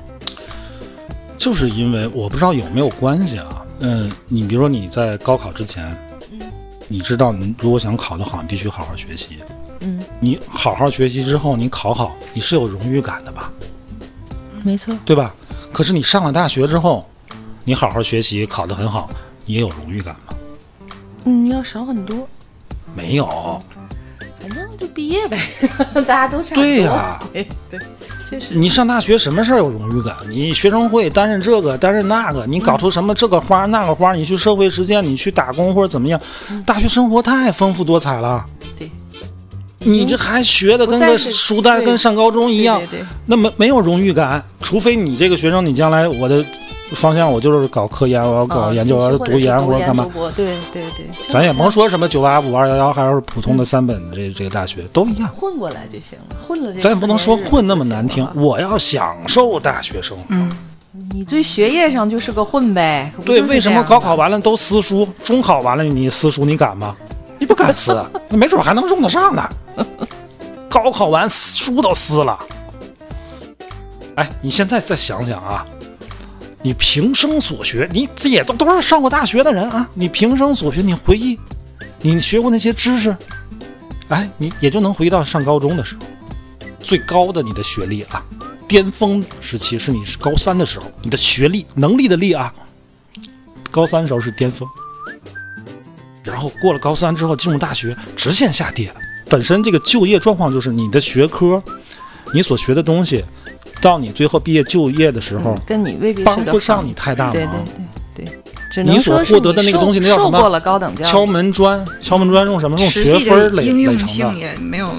[SPEAKER 1] 就是因为我不知道有没有关系啊。嗯，你比如说你在高考之前，你知道你如果想考得好，你必须好好学习。
[SPEAKER 3] 嗯，
[SPEAKER 1] 你好好学习之后，你考好，你是有荣誉感的吧？
[SPEAKER 3] 没错，
[SPEAKER 1] 对吧？可是你上了大学之后，你好好学习，考得很好，你也有荣誉感吗？
[SPEAKER 3] 嗯，要少很多，
[SPEAKER 1] 没有。
[SPEAKER 3] 反正就毕业呗， *laughs* 大家都差不多。
[SPEAKER 1] 对呀嗯
[SPEAKER 3] 对对，确实。
[SPEAKER 1] 你上大学什么事儿有荣誉感？你学生会担任这个，担任那个，你搞出什么这个花儿那个花儿，你去社会实践，你去打工或者怎么样？大学生活太丰富多彩了。
[SPEAKER 3] 对，
[SPEAKER 1] 你这还学的跟
[SPEAKER 3] 嗯不
[SPEAKER 1] 个
[SPEAKER 3] 再是
[SPEAKER 1] 书呆，
[SPEAKER 3] 对
[SPEAKER 1] 跟上高中一样
[SPEAKER 3] 对，对对
[SPEAKER 1] 那没没有荣誉感。除非你这个学生，你将来我的方向我就是搞科研，我要搞
[SPEAKER 3] 啊
[SPEAKER 1] 研究，我要
[SPEAKER 3] 继续
[SPEAKER 1] 读
[SPEAKER 3] 或者
[SPEAKER 1] 研
[SPEAKER 3] 是
[SPEAKER 1] 或者干嘛
[SPEAKER 3] 读。博对对对，
[SPEAKER 1] 咱也
[SPEAKER 3] 就是
[SPEAKER 1] 甭说什么九八五、二幺幺，还是普通的三本这这个大学都一样。
[SPEAKER 3] 混过来就行了，混了这
[SPEAKER 1] 咱也
[SPEAKER 3] 四
[SPEAKER 1] 不能
[SPEAKER 3] 年
[SPEAKER 1] 说
[SPEAKER 3] 日子
[SPEAKER 1] 混那
[SPEAKER 3] 就
[SPEAKER 1] 么难
[SPEAKER 3] 行
[SPEAKER 1] 听
[SPEAKER 3] 了，
[SPEAKER 1] 我要享受大学生活。
[SPEAKER 3] 你对学业上就是个混呗。可不
[SPEAKER 1] 对，
[SPEAKER 3] 就是
[SPEAKER 1] 为什
[SPEAKER 3] 这
[SPEAKER 1] 么
[SPEAKER 3] 样
[SPEAKER 1] 高
[SPEAKER 3] 吗
[SPEAKER 1] 考？完了都撕书，中考完了你撕书，你敢吗？你不敢撕，那没准还能用得上呢。高考完书都撕了，哎，你现在再想想啊，你平生所学，你这也都都是上过大学的人啊，你平生所学，你回忆，你学过那些知识，哎，你也就能回到上高中的时候，最高的你的学历啊，巅峰时期是你是高三的时候，你的学历能力的力啊，高三时候是巅峰，然后过了高三之后进入大学，直线下跌。本身这个就业状况就是你的学科，你所学的东西，到你最后毕业就业的时候，
[SPEAKER 3] 嗯跟你未必是
[SPEAKER 1] 帮
[SPEAKER 3] 个
[SPEAKER 1] 不
[SPEAKER 3] 行
[SPEAKER 1] 上你太大忙。
[SPEAKER 3] 对对对对，只
[SPEAKER 1] 你
[SPEAKER 3] 能
[SPEAKER 1] 所
[SPEAKER 3] 说是
[SPEAKER 1] 获得的那个
[SPEAKER 3] 受
[SPEAKER 1] 东西那叫
[SPEAKER 3] 受
[SPEAKER 1] 什么
[SPEAKER 3] 过了高等教育，
[SPEAKER 1] 敲门砖，敲门砖用什么？用
[SPEAKER 2] 实
[SPEAKER 1] 学
[SPEAKER 2] 际
[SPEAKER 1] 分儿
[SPEAKER 2] 的
[SPEAKER 1] 垒
[SPEAKER 2] 应
[SPEAKER 1] 垒
[SPEAKER 2] 用
[SPEAKER 1] 成的
[SPEAKER 2] 性。也没有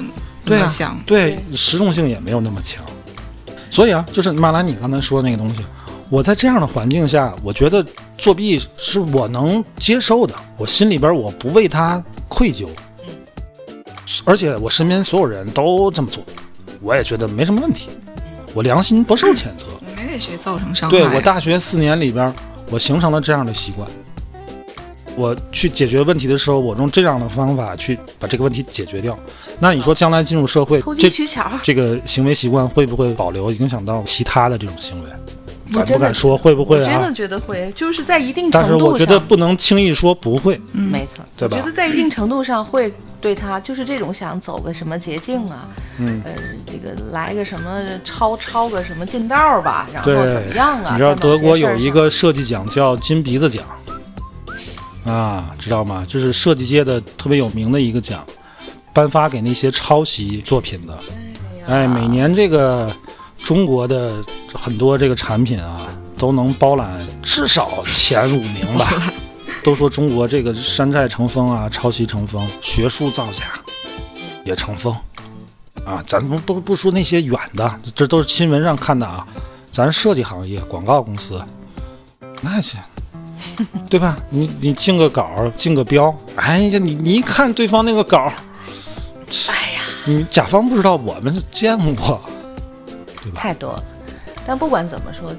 [SPEAKER 1] 对
[SPEAKER 2] 那么
[SPEAKER 1] 啊
[SPEAKER 2] 强。，
[SPEAKER 1] 对，实用性也没有那么强。所以啊，就是马兰你刚才说的那个东西，我在这样的环境下，我觉得作弊是我能接受的，我心里边我不为他愧疚，而且我身边所有人都这么做，我也觉得没什么问题，我良心不受谴责。
[SPEAKER 2] 没给谁造成伤害。
[SPEAKER 1] 对我大学四年里边儿，我形成了这样的习惯。我去解决问题的时候，我用这样的方法去把这个问题解决掉。那你说将来进入社会，
[SPEAKER 3] 投机
[SPEAKER 1] 这
[SPEAKER 3] 取巧。
[SPEAKER 1] 这个行为习惯会不会保留，影响到其他的这种行为？咱
[SPEAKER 3] 真
[SPEAKER 1] 不
[SPEAKER 3] 的
[SPEAKER 1] 敢说会不
[SPEAKER 3] 我
[SPEAKER 1] 会
[SPEAKER 3] 真
[SPEAKER 1] 啊
[SPEAKER 3] 的，觉得会，就是在一定程
[SPEAKER 1] 但
[SPEAKER 3] 度
[SPEAKER 1] 是
[SPEAKER 3] 上，
[SPEAKER 1] 我觉得不能轻易说不会。
[SPEAKER 3] 没错，
[SPEAKER 1] 对吧
[SPEAKER 3] 我觉得在一定程度上会对他就是这种想走个什么捷径啊，
[SPEAKER 1] 嗯，
[SPEAKER 3] 呃，这个来个什么超超个什么近道儿吧，然后
[SPEAKER 1] 对
[SPEAKER 3] 怎么样啊？
[SPEAKER 1] 你知道
[SPEAKER 3] 在某
[SPEAKER 1] 德
[SPEAKER 3] 些
[SPEAKER 1] 国
[SPEAKER 3] 事儿
[SPEAKER 1] 有一
[SPEAKER 3] 上
[SPEAKER 1] 个设计奖叫金鼻子奖啊，知道吗？这是设计界的特别有名的一个奖，颁发给那些抄袭作品的。哎，每年这个中国的很多这个产品啊，都能包揽至少前五名吧。
[SPEAKER 3] *laughs*
[SPEAKER 1] 都说中国这个山寨成风啊，抄袭成风，学术造假也成风啊。咱不不不说那些远的，这都是新闻上看的啊。咱设计行业、广告公司，那是对吧？你你进个稿儿，进个标，哎呀，你你一看对方那个稿儿，
[SPEAKER 3] 哎呀，
[SPEAKER 1] 你甲方不知道，我们是见过。
[SPEAKER 3] 太多了。但不管怎么说，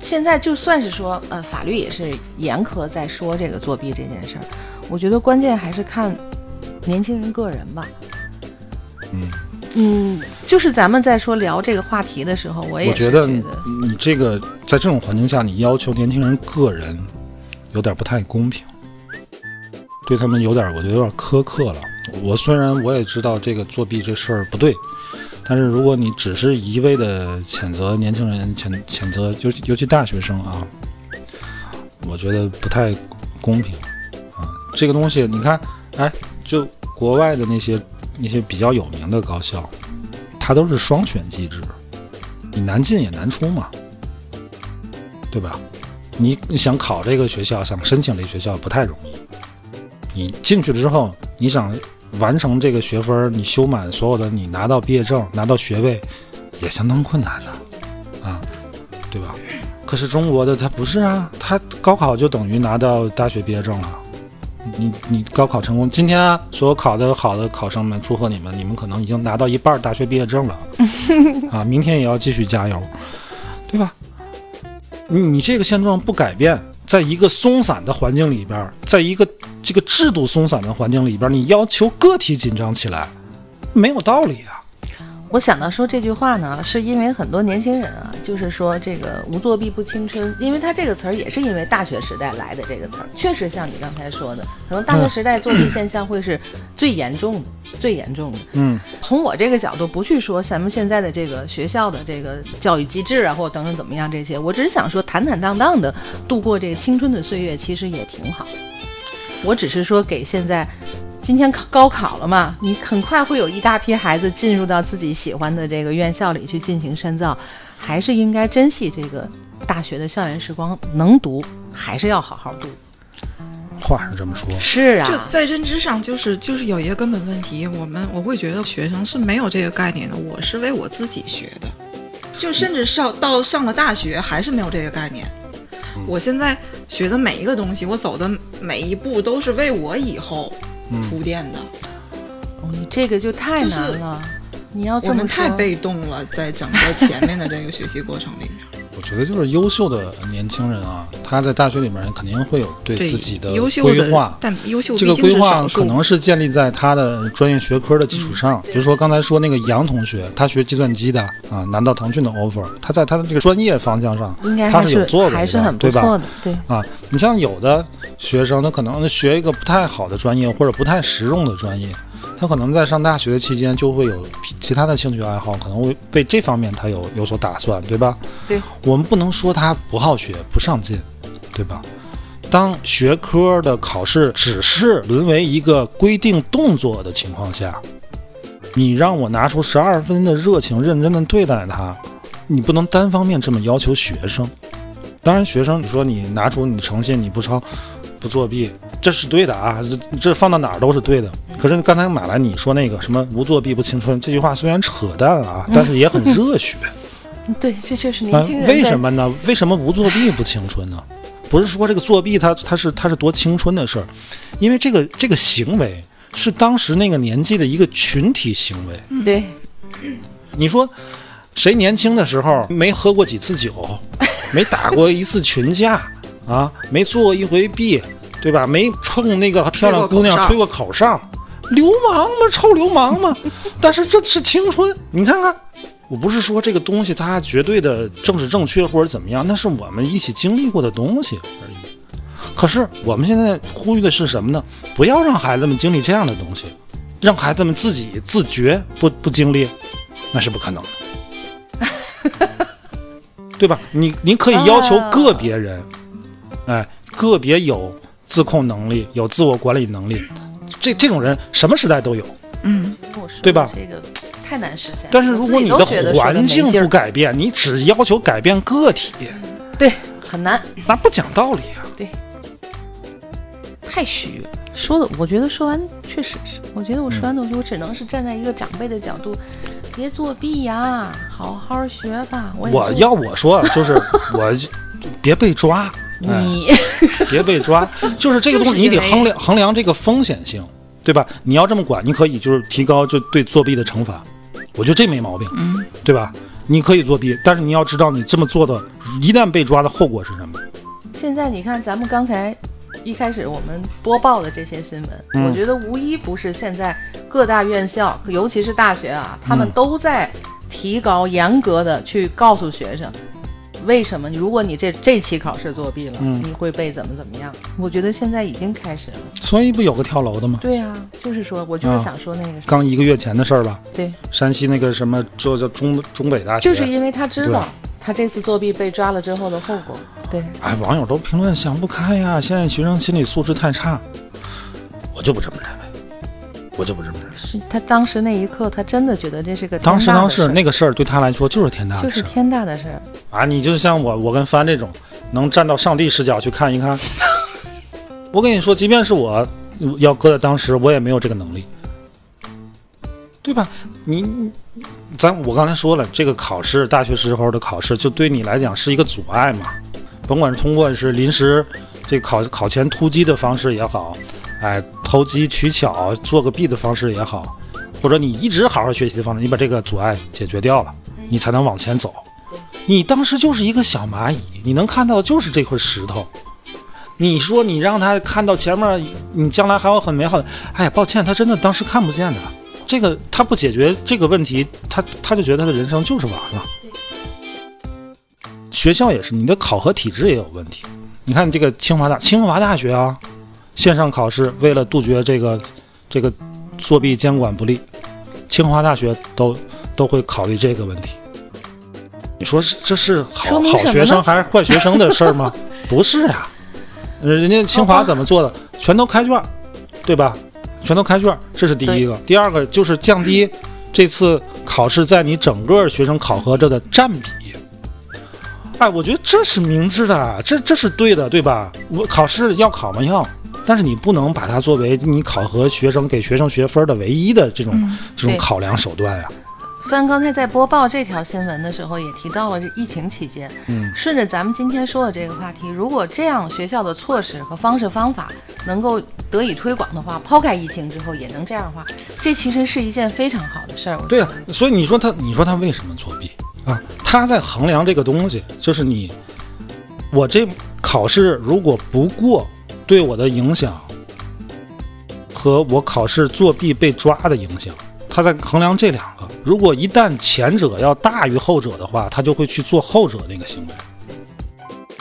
[SPEAKER 3] 现在就算是说，呃，法律也是严苛在说这个作弊这件事儿。我觉得关键还是看年轻人个人吧。
[SPEAKER 1] 嗯
[SPEAKER 3] 嗯，就是咱们在说聊这个话题的时候，我也
[SPEAKER 1] 我
[SPEAKER 3] 是
[SPEAKER 1] 觉得你你这个在这种环境下，你要求年轻人个人有点不太公平，对他们有点，我觉得有点苛刻了。我虽然我也知道这个作弊这事儿不对，但是如果你只是一味的谴责年轻人，谴谴责尤其尤其大学生啊，我觉得不太公平啊。这个东西，你看，哎，就国外的那些那些比较有名的高校，它都是双选机制。你难进也难出嘛，对吧？你你想考这个学校，想申请这学校不太容易。你进去之后，你想完成这个学分儿，你修满所有的，你拿到毕业证，拿到学位，也相当困难的，啊，对吧？可是中国的它不是啊，它高考就等于拿到大学毕业证了。你你高考成功，今天啊，所有考得好的考生们，祝贺你们，你们可能已经拿到一半儿大学毕业证了。啊，明天也要继续加油，对吧？你你这个现状不改变，在一个松散的环境里边儿，在一个这个制度松散的环境里边儿，你要求个体紧张起来，没有道理啊。
[SPEAKER 3] 我想到说这句话呢，是因为很多年轻人啊，就是说这个“无作弊不青春”，因为他这个词儿也是因为大学时代来的这个词儿，确实像你刚才说的，可能大学时代作弊现象会是最严重的，最严重的。
[SPEAKER 1] 嗯，
[SPEAKER 3] 从我这个角度，不去说咱们现在的这个学校的这个教育机制啊，或者等等怎么样这些，我只是想说，坦坦荡荡的度过这个青春的岁月，其实也挺好。我只是说给现在，今天考高考了嘛，你很快会有一大批孩子进入到自己喜欢的这个院校里去进行深造，还是应该珍惜这个大学的校园时光，能读还是要好好读。
[SPEAKER 1] 话是这么说，
[SPEAKER 3] 是
[SPEAKER 2] 就
[SPEAKER 3] 啊，
[SPEAKER 2] 在认知上，就是就是有一个根本问题，我们我会觉得学生是没有这个概念的，我是为我自己学的，就甚至上到上了大学还是没有这个概念。
[SPEAKER 1] 嗯
[SPEAKER 2] 我现在学的每一个东西，我走的每一步都是为我以后
[SPEAKER 1] 嗯
[SPEAKER 2] 铺垫的，
[SPEAKER 3] 你这个就太
[SPEAKER 2] 就是
[SPEAKER 3] 难了。你要这
[SPEAKER 2] 我
[SPEAKER 3] 么
[SPEAKER 2] 们太
[SPEAKER 3] 说
[SPEAKER 2] 被动了，在整个前面的这个学习过程
[SPEAKER 1] *laughs*
[SPEAKER 2] 里面。
[SPEAKER 1] 我觉得就是优秀的年轻人啊，他在大学里面肯定会有对
[SPEAKER 2] 对
[SPEAKER 1] 自己的
[SPEAKER 2] 优秀
[SPEAKER 1] 规划
[SPEAKER 2] 的，，但优秀
[SPEAKER 1] 这
[SPEAKER 2] 毕
[SPEAKER 1] 个
[SPEAKER 2] 竟
[SPEAKER 1] 规
[SPEAKER 2] 是
[SPEAKER 1] 划
[SPEAKER 2] 少
[SPEAKER 1] 可
[SPEAKER 2] 数。嗯
[SPEAKER 1] 能是建立在他的专业学科的基础上，比如说刚才说那个杨同学，他学计算机的啊，拿到腾讯的 offer，他在他的这个专业方向上，
[SPEAKER 3] 应该
[SPEAKER 1] 他
[SPEAKER 3] 还
[SPEAKER 1] 有作为的，
[SPEAKER 3] 还是很不
[SPEAKER 1] 对吧？
[SPEAKER 3] 错的，对。
[SPEAKER 1] 啊，你像有的学生，他可能学一个不太好的专业或者不太实用的专业，他可能在上大学的期间就会有其其他的兴趣爱好，可能会为这方面他有有所打算，对吧？
[SPEAKER 3] 对，
[SPEAKER 1] 我们不能说他不好学、不上进，对吧？当学科的考试只是沦为一个规定动作的情况下，你让我拿出十二分的热情，认真的对待它，你不能单方面这么要求学生。当然，学生，你说你拿出你诚信，你不抄，不作弊，这是对的啊，这这放到哪儿都是对的。可是刚才马兰你说那个什么“无作弊不青春”这句话虽然扯淡啊，但是也很热血。
[SPEAKER 3] 对，这就是嗯 *laughs* 年
[SPEAKER 1] 啊
[SPEAKER 3] 轻人、在
[SPEAKER 1] 为什么呢？为什么无作弊不青春呢？不是说这个作弊它它是它是多青春的事儿，因为这个这个行为是当时那个年纪的一个群体行为。
[SPEAKER 3] 对
[SPEAKER 1] 你说谁年轻的时候没喝过几次酒， *laughs* 没打过一次群架啊，没做过一回弊，对吧？没冲那个漂亮姑娘吹过口哨，流氓嘛，臭流氓 *laughs* 嘛。但是这是青春，你看看。我不是说这个东西它绝对的正是正确或者怎么样，那是我们一起经历过的东西而已。可是我们现在呼吁的是什么呢？不要让孩子们经历这样的东西，让孩子们自己自觉不不经历，那是不可能的， *laughs* 对吧？你你可以要求
[SPEAKER 3] 啊
[SPEAKER 1] 个别人，哎，个别有自控能力、有自我管理能力，这这种人什么时代都有。
[SPEAKER 2] 嗯，
[SPEAKER 3] 我说
[SPEAKER 1] 对吧
[SPEAKER 3] 这个太难实现了。
[SPEAKER 1] 但是如果你
[SPEAKER 3] 我
[SPEAKER 1] 的
[SPEAKER 3] 自己都觉得说得
[SPEAKER 1] 环
[SPEAKER 3] 没
[SPEAKER 1] 境
[SPEAKER 3] 劲
[SPEAKER 1] 不
[SPEAKER 3] 儿
[SPEAKER 1] 改变，你只要求改变个体，
[SPEAKER 3] 对，很难，
[SPEAKER 1] 那不讲道理啊。
[SPEAKER 3] 太虚。说的，我觉得说完确实是，我觉得我说
[SPEAKER 1] 嗯
[SPEAKER 3] 完东西，我只能是站在一个长辈的角度，别作弊呀，好好学吧。我也
[SPEAKER 1] 我啊
[SPEAKER 3] 做
[SPEAKER 1] 要我说，就是 *laughs* 我就别被抓，
[SPEAKER 3] 你
[SPEAKER 1] 哎别被抓，就是这个东西，
[SPEAKER 2] 就是
[SPEAKER 1] 你
[SPEAKER 2] 因
[SPEAKER 1] 得
[SPEAKER 2] 为
[SPEAKER 1] 衡量衡量这个风险性，对吧？你要这么管，你可以就是提高就对作弊的惩罚，我觉得这没毛病，
[SPEAKER 2] 嗯，
[SPEAKER 1] 对吧？你可以作弊，但是你要知道你这么做的，一旦被抓的后果是什么。
[SPEAKER 3] *laughs* 现在你看咱们刚才一开始我们播报的这些新闻，
[SPEAKER 1] 嗯
[SPEAKER 3] 我觉得无一不是现在各大院校，尤其是大学啊，他们
[SPEAKER 1] 嗯
[SPEAKER 3] 都在提高严格的去告诉学生。为什么？如果你这这期考试作弊了，
[SPEAKER 1] 嗯
[SPEAKER 3] 你会被怎么怎么样？我觉得现在已经开始了。
[SPEAKER 1] 所以不有个跳楼的吗？
[SPEAKER 3] 对呀、就是说，我就是
[SPEAKER 1] 啊
[SPEAKER 3] 想说那个什么，
[SPEAKER 1] 刚一个月前的事儿吧，
[SPEAKER 3] 对，
[SPEAKER 1] 山西那个什么，这叫中中北大学，
[SPEAKER 3] 就是因为他知
[SPEAKER 1] 对
[SPEAKER 3] 道他这次作弊被抓了之后的后果。对，
[SPEAKER 1] 哎，网友都评论想不开呀，现在学生心理素质太差，我就不这么认为，我就不这么认为。
[SPEAKER 3] 是他当时那一刻，他真的觉得这是个天
[SPEAKER 1] 当时
[SPEAKER 3] 大的
[SPEAKER 1] 当
[SPEAKER 3] 事
[SPEAKER 1] 时
[SPEAKER 3] 儿
[SPEAKER 1] 那个事儿对他来说就是天大
[SPEAKER 3] 就
[SPEAKER 1] 的
[SPEAKER 3] 是
[SPEAKER 1] 事儿
[SPEAKER 3] 天大的事儿。
[SPEAKER 1] 啊！你就像我，我跟帆这种能站到上帝视角去看一看，我跟你说，即便是我要搁在当时，我也没有这个能力，对吧？你你咱我刚才说了，这个考试，大学时候的考试，就对你来讲是一个阻碍嘛，甭管是通过是临时这考考前突击的方式也好，哎，投机取巧做个弊的方式也好，或者你一直好好学习的方式，你把这个阻碍解决掉了，你才能往前走。你当时就是一个小蚂蚁，你能看到的就是这块石头。你说你让他看到前面，你将来还有很美好的。哎呀，抱歉，他真的当时看不见的。这个他不解决这个问题，他他就觉得他的人生就是完了。学校也是，你的考核体制也有问题。你看这个清华大清华大学啊，线上考试为了杜绝这个这个作弊监管不力，清华大学都都会考虑这个问题。你说是这是好
[SPEAKER 3] 说明
[SPEAKER 1] 好
[SPEAKER 3] 什么呢
[SPEAKER 1] 学生还是坏学生的事儿吗？不是呀、呃人家清华怎么做的？全都开卷儿，对吧？全都开卷儿，这是第一个。第二个就是降低这次考试在你整个学生考核着的占比。哎，我觉得这是明智的，啊这这是对的，对吧？我考试要考吗？要，但是你不能把它作为你考核学生给学生学分的唯一的这种、这种
[SPEAKER 3] 对
[SPEAKER 1] 考量手段呀、
[SPEAKER 3] 帆刚才在播报这条新闻的时候，也提到了这疫情期间，
[SPEAKER 1] 嗯，
[SPEAKER 3] 顺着咱们今天说的这个话题，如果这样学校的措施和方式方法能够得以推广的话，抛开疫情之后也能这样的话，这其实是一件非常好的事儿。我觉得
[SPEAKER 1] 对呀、啊所以你说他，你说他为什么作弊啊？他在衡量这个东西，就是你，我这考试如果不过，对我的影响和我考试作弊被抓的影响，他在衡量这两个。如果一旦前者要大于后者的话，他就会去做后者那个行为。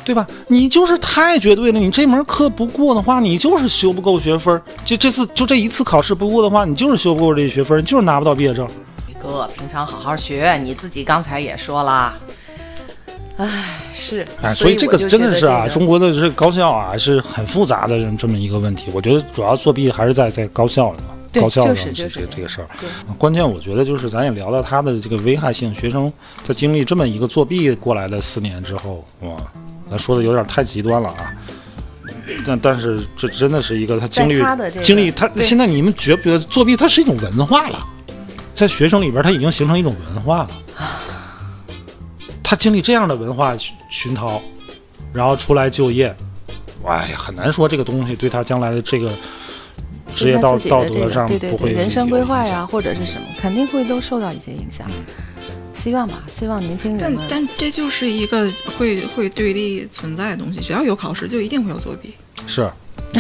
[SPEAKER 1] 对吧？你就是太绝对了。你这门课不过的话，你就是修不够学分儿。就这次就这一次考试不过的话，你就是修不够这学分儿，你就是拿不到毕业证。
[SPEAKER 3] 哥，平常好好学，你自己刚才也说了，唉，是，
[SPEAKER 1] 哎，所
[SPEAKER 3] 所
[SPEAKER 1] 以这
[SPEAKER 3] 我
[SPEAKER 1] 个
[SPEAKER 3] 就
[SPEAKER 1] 真的
[SPEAKER 3] 觉
[SPEAKER 1] 是
[SPEAKER 3] 得
[SPEAKER 1] 啊，
[SPEAKER 3] 这个
[SPEAKER 1] 中国的这高校啊是很复杂的这这么一个问题。我觉得主要作弊还是在在高校了，
[SPEAKER 3] 对
[SPEAKER 1] 高校上
[SPEAKER 3] 就是就是
[SPEAKER 1] 这个这个事儿
[SPEAKER 3] 对。
[SPEAKER 1] 关键我觉得就是咱也聊到它的这个危害性，学生在经历这么一个作弊过来的四年之后，哇，咱说的有点太极端了啊。但但是这真的是一个他经历
[SPEAKER 3] 在他的这个
[SPEAKER 1] 经历他
[SPEAKER 3] 对
[SPEAKER 1] 现在你们觉不觉得作弊它是一种文化了，在学生里边它已经形成一种文化了。他经历这样的文化熏熏陶，然后出来就业，哎呀，很难说这个东西对他将来的这个职业
[SPEAKER 3] 对他
[SPEAKER 1] 道
[SPEAKER 3] 自己的
[SPEAKER 1] 道
[SPEAKER 3] 这
[SPEAKER 1] 德
[SPEAKER 3] 个
[SPEAKER 1] 上
[SPEAKER 3] 对对
[SPEAKER 1] 不
[SPEAKER 3] 对
[SPEAKER 1] 会有
[SPEAKER 3] 人生
[SPEAKER 1] 有
[SPEAKER 3] 规
[SPEAKER 1] 影
[SPEAKER 3] 划
[SPEAKER 1] 响
[SPEAKER 3] 呀，或者是什么，肯定会都受到一些影响。希望吧，希望年轻人
[SPEAKER 2] 但
[SPEAKER 1] 嗯
[SPEAKER 3] 们
[SPEAKER 2] 但这就是一个会会对立存在的东西，只要有考试，就一定会有作弊。
[SPEAKER 1] 是。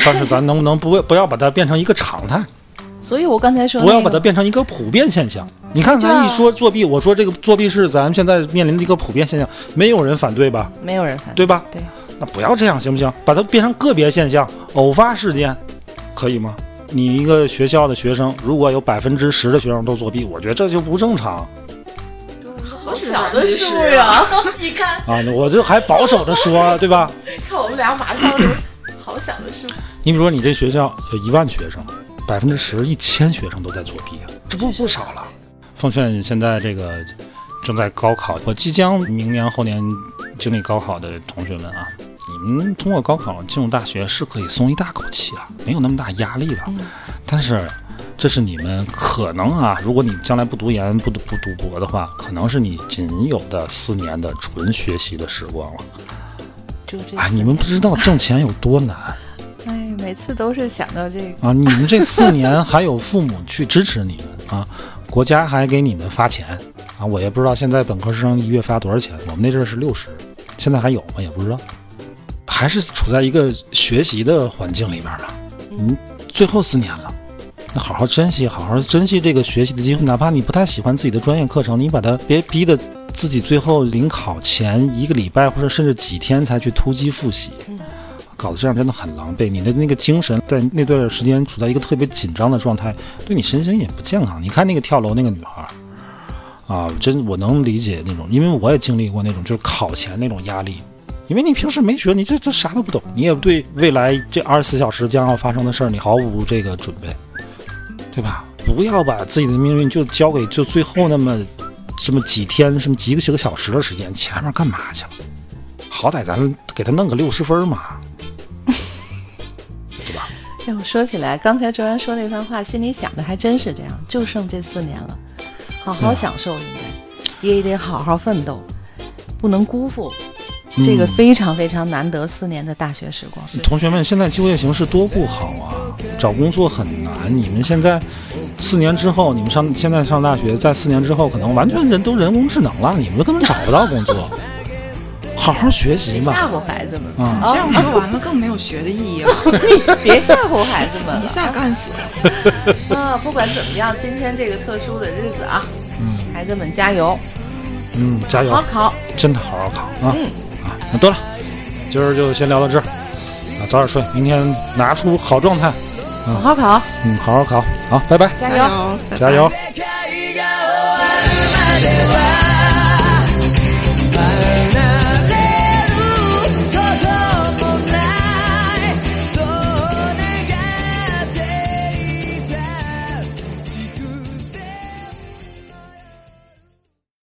[SPEAKER 1] 但是咱能不能不不要把它变成一个常态，
[SPEAKER 3] 所以我刚才说、那
[SPEAKER 1] 不
[SPEAKER 3] 个，
[SPEAKER 1] 要把它变成一个普遍现象？你看，咱一说作弊，我说这个作弊是咱们现在面临的一个普遍现象，没有人反对吧？
[SPEAKER 3] 没有人反
[SPEAKER 1] 对吧？
[SPEAKER 3] 对
[SPEAKER 1] 那不要这样行不行？把它变成个别现象、偶发事件，可以吗？你一个学校的学生，如果有百分之十的学生都作弊，我觉得这就不正常
[SPEAKER 3] 好
[SPEAKER 2] 小的数
[SPEAKER 3] 呀！你看，
[SPEAKER 1] 啊！我这还保守着说，对吧？
[SPEAKER 3] 看我们俩马上就好小的数，
[SPEAKER 1] 你比如说，你这学校有一万学生，百分之十、一千学生都在作弊啊，这不不少了。奉劝现在这个正在高考或即将明年后年经历高考的同学们啊，你们通过高考进入大学是可以松一大口气了，没有那么大压力了。但是这是你们可能啊，如果你将来不读研、不读不读嗯博的话，可能是你仅有的四年的纯学习的时光了。
[SPEAKER 3] 就这。
[SPEAKER 1] 哎，你们不知道挣钱有多难
[SPEAKER 3] 哎，每次都是想到这个，
[SPEAKER 1] 啊！你们这四年还有父母去支持你们啊，国家还给你们发钱啊！我也不知道现在本科生一月发多少钱，我们那阵儿是六十，现在还有吗？也不知道，还是处在一个学习的环境里边儿了。嗯，最后四年了。那好好珍惜，好好珍惜这个学习的机会，哪怕你不太喜欢自己的专业课程，你把它别逼得自己最后临考前一个礼拜或者甚至几天才去突击复习，搞得这样真的很狼狈。你的那个精神在那段时间处在一个特别紧张的状态，对你身心也不健康。你看那个跳楼那个女孩儿。啊，真我能理解那种，因为我也经历过那种，就是考前那种压力，因为你平时没学，你这这啥都不懂，你也对未来这二十四小时将要发生的事儿，你毫无这个准备，对吧？不要把自己的命运就交给就最后那么这么几天、什么几个几个小时的时间，前面干嘛去了？好歹咱给他弄个六十分嘛，对吧？
[SPEAKER 3] 哎，我说起来，刚才卓然说那番话，心里想的还真是这样，就剩这四年了，好
[SPEAKER 1] 啊
[SPEAKER 3] 好享受应该，也得好好奋斗，不能辜负
[SPEAKER 1] 嗯
[SPEAKER 3] 这个非常非常难得四年的大学时光。
[SPEAKER 1] 同学们，现在就业形势多不好啊，找工作很难。你们现在四年之后，你们上现在上大学，在四年之后可能完全人都人工智能了，你们根本找不到工作。好好学习嘛，
[SPEAKER 3] 吓唬孩子们
[SPEAKER 1] 啊
[SPEAKER 2] 这样说完了更没有学的意义了，
[SPEAKER 3] *laughs* 别哦吓唬孩子们
[SPEAKER 2] 一下干死了。
[SPEAKER 3] 啊！不管怎么样，今天这个特殊的日子啊，孩子们加油，
[SPEAKER 1] 嗯，加油
[SPEAKER 3] 好，考。
[SPEAKER 1] 真的好好考啊、啊！那得了，今儿就先聊到这儿啊，早点睡，明天拿出好状态，
[SPEAKER 3] 好好考，
[SPEAKER 1] 嗯，
[SPEAKER 3] 哎
[SPEAKER 1] 好好考，好，拜拜，
[SPEAKER 3] 加
[SPEAKER 2] 加
[SPEAKER 3] 油。
[SPEAKER 2] 油，拜拜
[SPEAKER 1] 加油。
[SPEAKER 4] 世界が終わるまでは